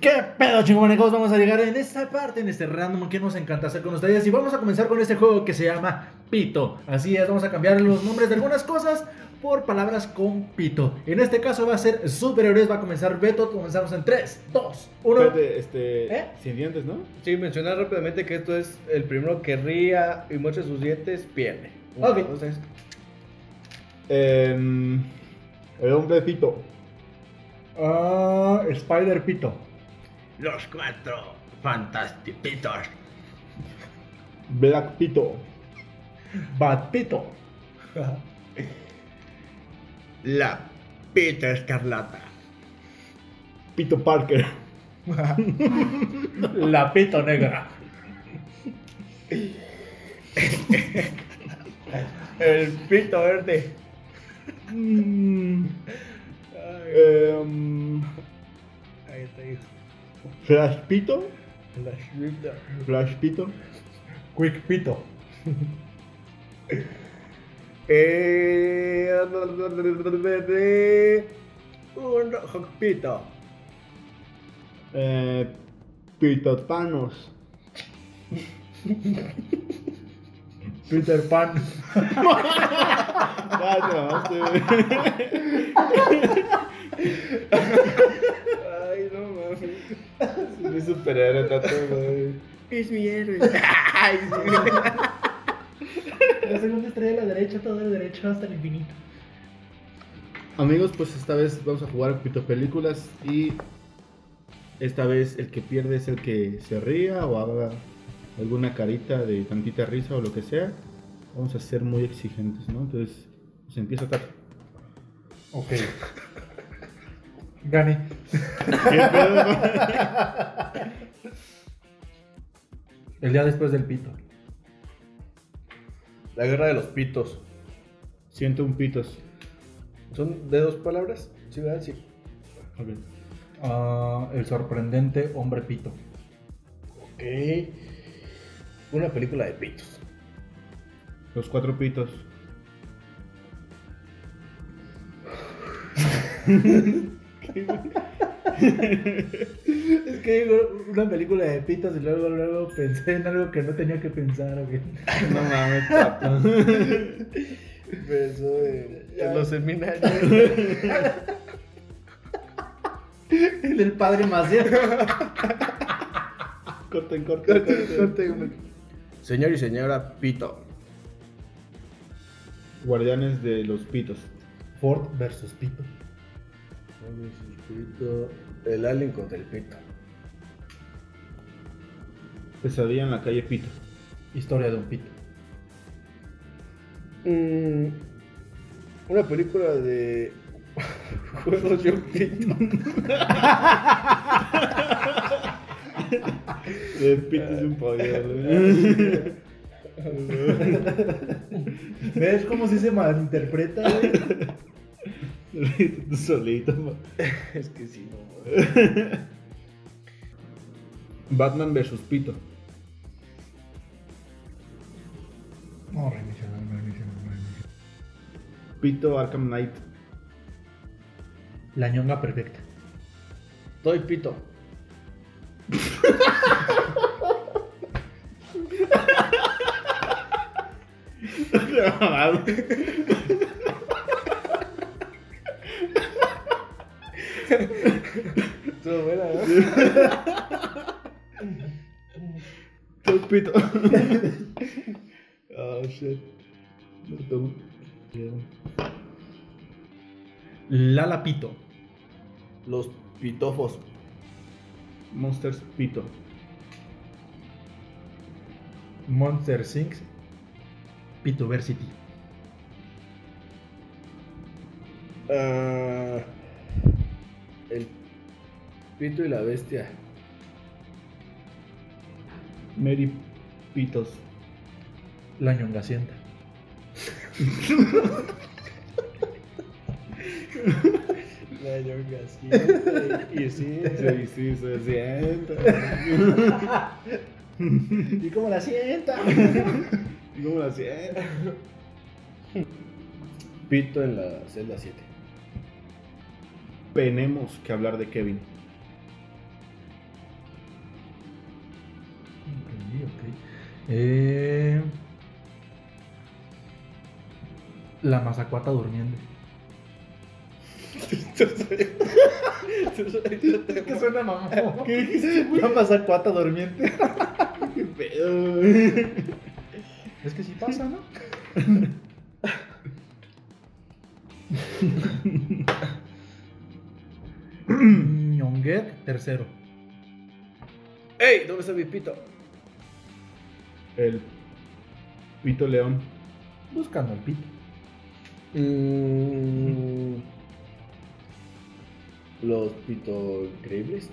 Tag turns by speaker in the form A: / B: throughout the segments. A: ¿Qué pedo, chingomanecos? Vamos a llegar en esta parte, en este random que nos encanta hacer con ustedes. Y vamos a comenzar con este juego que se llama Pito. Así es, vamos a cambiar los nombres de algunas cosas por palabras con Pito. En este caso va a ser superhéroes. Va a comenzar Beto. Comenzamos en 3, 2, 1.
B: Espérate, este,
A: ¿Eh?
B: sin dientes, ¿no?
C: Sí, mencionar rápidamente que esto es el primero que ría y muestra sus dientes, pierde.
A: Ok.
C: Entonces,
B: Em, el hombre pito.
A: Ah, Spider Pito.
C: los cuatro fantastipitos.
B: Black pito.
A: Bat Pito.
C: La pita escarlata.
B: Pito Parker.
A: La Pito Negra.
C: El pito verde.
B: Mm,
C: Ay,
B: em,
C: ahí está, hijo.
B: Flash pito.
C: La pita.
B: Flash pito.
A: Quick Pito.
C: Eh, un rojo pito.
B: Eh, pito Thanos.
A: Peter Pan.
B: Ya, te mamaste, güey.
C: Ay, no mames.
B: Mi superhéroe tato,
A: ε.
B: güey.
C: Es mi héroe. Ay,
A: La segunda estrella a la derecha, todo el derecho hasta el infinito.
B: Amigos, pues esta vez vamos a jugar pito películas y esta vez el que pierde es el que se ría o haga alguna carita de tantita risa o lo que sea. Vamos a ser muy exigentes, ¿no? Entonces, pues empieza a
A: Ok. Gané. El día después del Pito.
C: La guerra de los pitos.
B: Siento un pitos.
C: ¿Son de dos palabras? Sí, ¿verdad? Sí.
B: Ok.
A: Ah, el sorprendente hombre Pito.
C: Ok. Una película de pitos.
B: Los cuatro pitos.
A: Es que digo, una película de pitos y luego, luego pensé en algo que no tenía que pensar, güey.
B: No mames, tato.
C: Beso de,
A: Ya.
C: los seminarios.
A: El del padre Maciel.
B: Corten, corten, corten.
C: Señor y señora Pito.
B: Guardianes de los pitos.
A: Ford versus Pito.
C: El alien contra el Pito.
B: Pesadilla en la calle pito.
A: Historia de un Pito.
C: Mm, una película de juegos de un Pito.
B: El pito es un poder.
A: ¿Ves cómo sí se malinterpreta, güey?
B: Tú solito. ma.
C: es que sí, no.
B: Batman versus Pito.
A: No, reiniciar, reiniciar, reiniciar.
B: Pito Arkham Knight.
A: La ñonga perfecta.
C: Soy Pito. Estuvo buena, ¿no?
B: Soy Pito. oh shit. No tomo.
A: Lala Pito.
C: Los pitofos.
B: Monsters Pito.
A: Monster Sinks. Pitoversity.
C: Ah, el Pito y la bestia.
B: Mary Pitos.
A: La ñonga sienta.
C: La Y sí.
B: Sí, sí, se sienta.
A: ¿Y cómo la sienta?
B: ¿Cómo la sienta?
C: Pito en la celda 7.
B: Tenemos que hablar de Kevin.
A: Eh, la mazacuata durmiendo. Es que suena mamón.
B: ¿Qué dijiste, güey?
A: La mazacuata durmiente.
B: ¿Qué pedo?
A: Es que sí pasa, ¿no? Ñonguet, tercero.
C: ¡Ey! ¿Dónde está mi pito?
B: El Pito León.
A: Buscando al pito.
C: Mm, Los pito increíbles.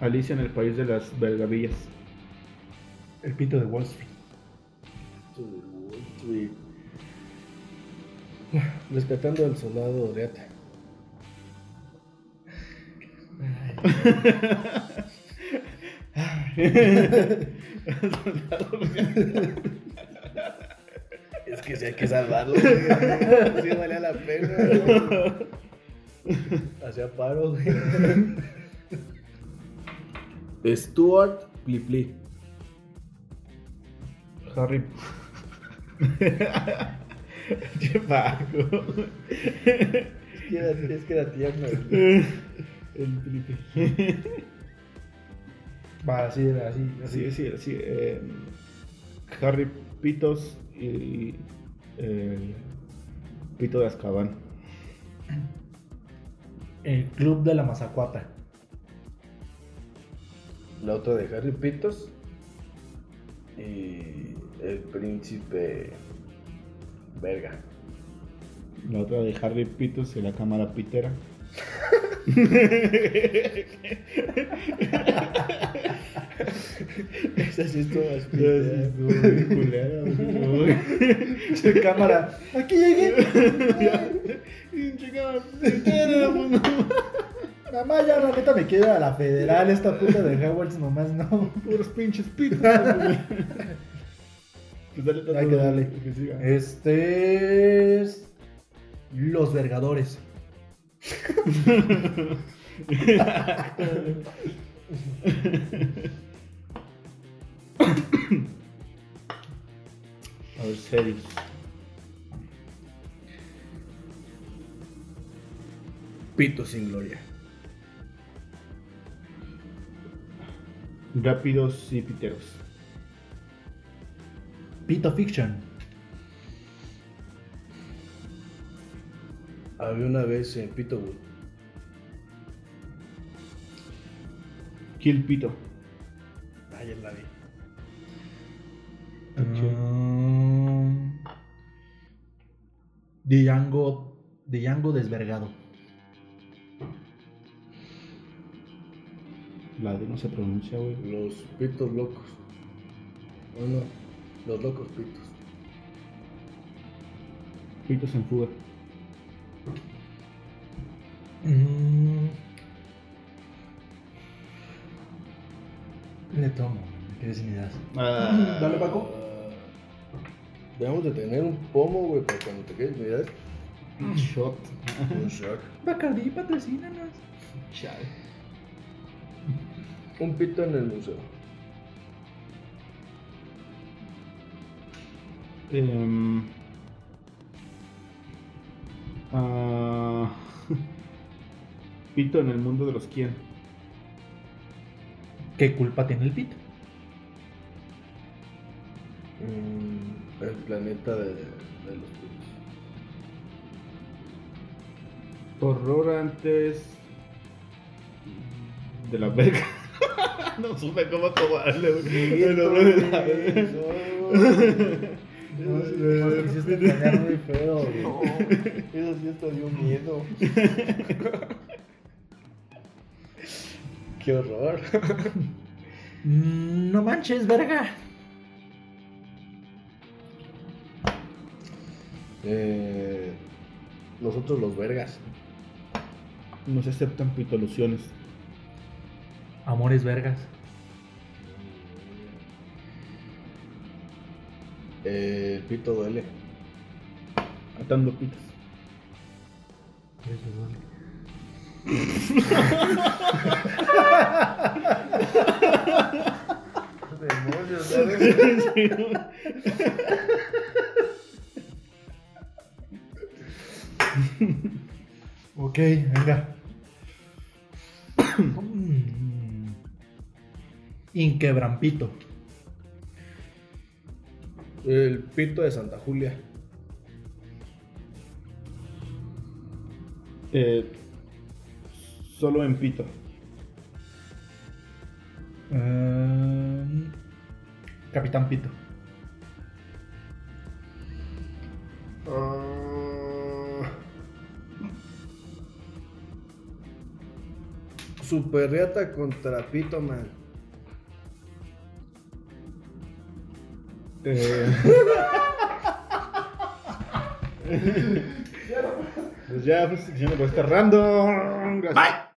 B: Alicia en el país de las vergavillas.
A: El pito de Wall Street.
C: Rescatando al soldado Oriata. Es que si hay que salvarlo, güey. sí valía la pena. güey. Hacía paro, güey. Stuart Plipli.
B: Harry. Qué vago.
C: Es que era, es que era tierno. güey.
B: El triple.
A: Va, así era, así,
B: Así, Ah, sí, así. eh, Harry Pitos y el Pito de Azkaban.
A: El club de la mazacuata.
C: La otra de Harry Pitos. Y el príncipe. Verga.
B: La otra de Harry Pitos y la cámara pitera.
C: Esa sí estuvo más
B: Ay, no, qué culera, güey.
A: cámara. Aquí llegué.
B: Pinche cámara pitera, pues, no.
A: Mamá, ya la neta me queda a la federal. Esta puta de Howells nomás no.
B: Puros pinches pitos, güey. Pues dale,
A: Hay que darle.
B: que Eh, siga.
A: Este es. Los Vergadores.
B: A ver, series.
C: Pito sin gloria.
B: Rápidos y piteros.
A: Pito Fiction.
C: Había una vez en Pitowood.
B: Kill Pito.
C: Ayer la vi.
A: Mm. Django. Django desvergado.
B: La D no se pronuncia, güey.
C: Los pitos locos. Bueno, los locos pitos.
B: Pitos en fuga.
A: Mm. Le tomo. ¿Qué desinidad?
B: Ah.
A: Dale, Paco.
C: Debemos de tener un pomo, güey, para cuando te quedes mirar.
B: Shot.
C: Un shot.
A: Bacardi, patrocínanos.
B: Chale.
C: Un pito en el museo.
B: Em, ah, Pito en el mundo de los quién.
A: ¿Qué culpa tiene el pito?
C: Mm, el planeta de, de los pitos.
B: Horror antes de la verga. no supe cómo acobarle, güey. El horror de la verga.
C: No,
A: me hiciste cagar muy feo, güey.
C: Esa fiesta dio miedo. Qué horror.
A: Mm, No manches, verga.
C: Eh, nosotros los vergas.
B: No se aceptan pitoluciones.
A: Amores vergas.
C: Eh, el pito duele.
B: Atando pitos.
A: Ok, venga. Mm. Inquebrampito.
C: El pito de Santa Julia.
B: Eh, solo en pito.
A: Ehm, Capitán Pito.
C: Ah. Superriata contra Pito Man.
B: Eh,
C: pues,
B: pues ya, fue suficiente por este random. Gracias.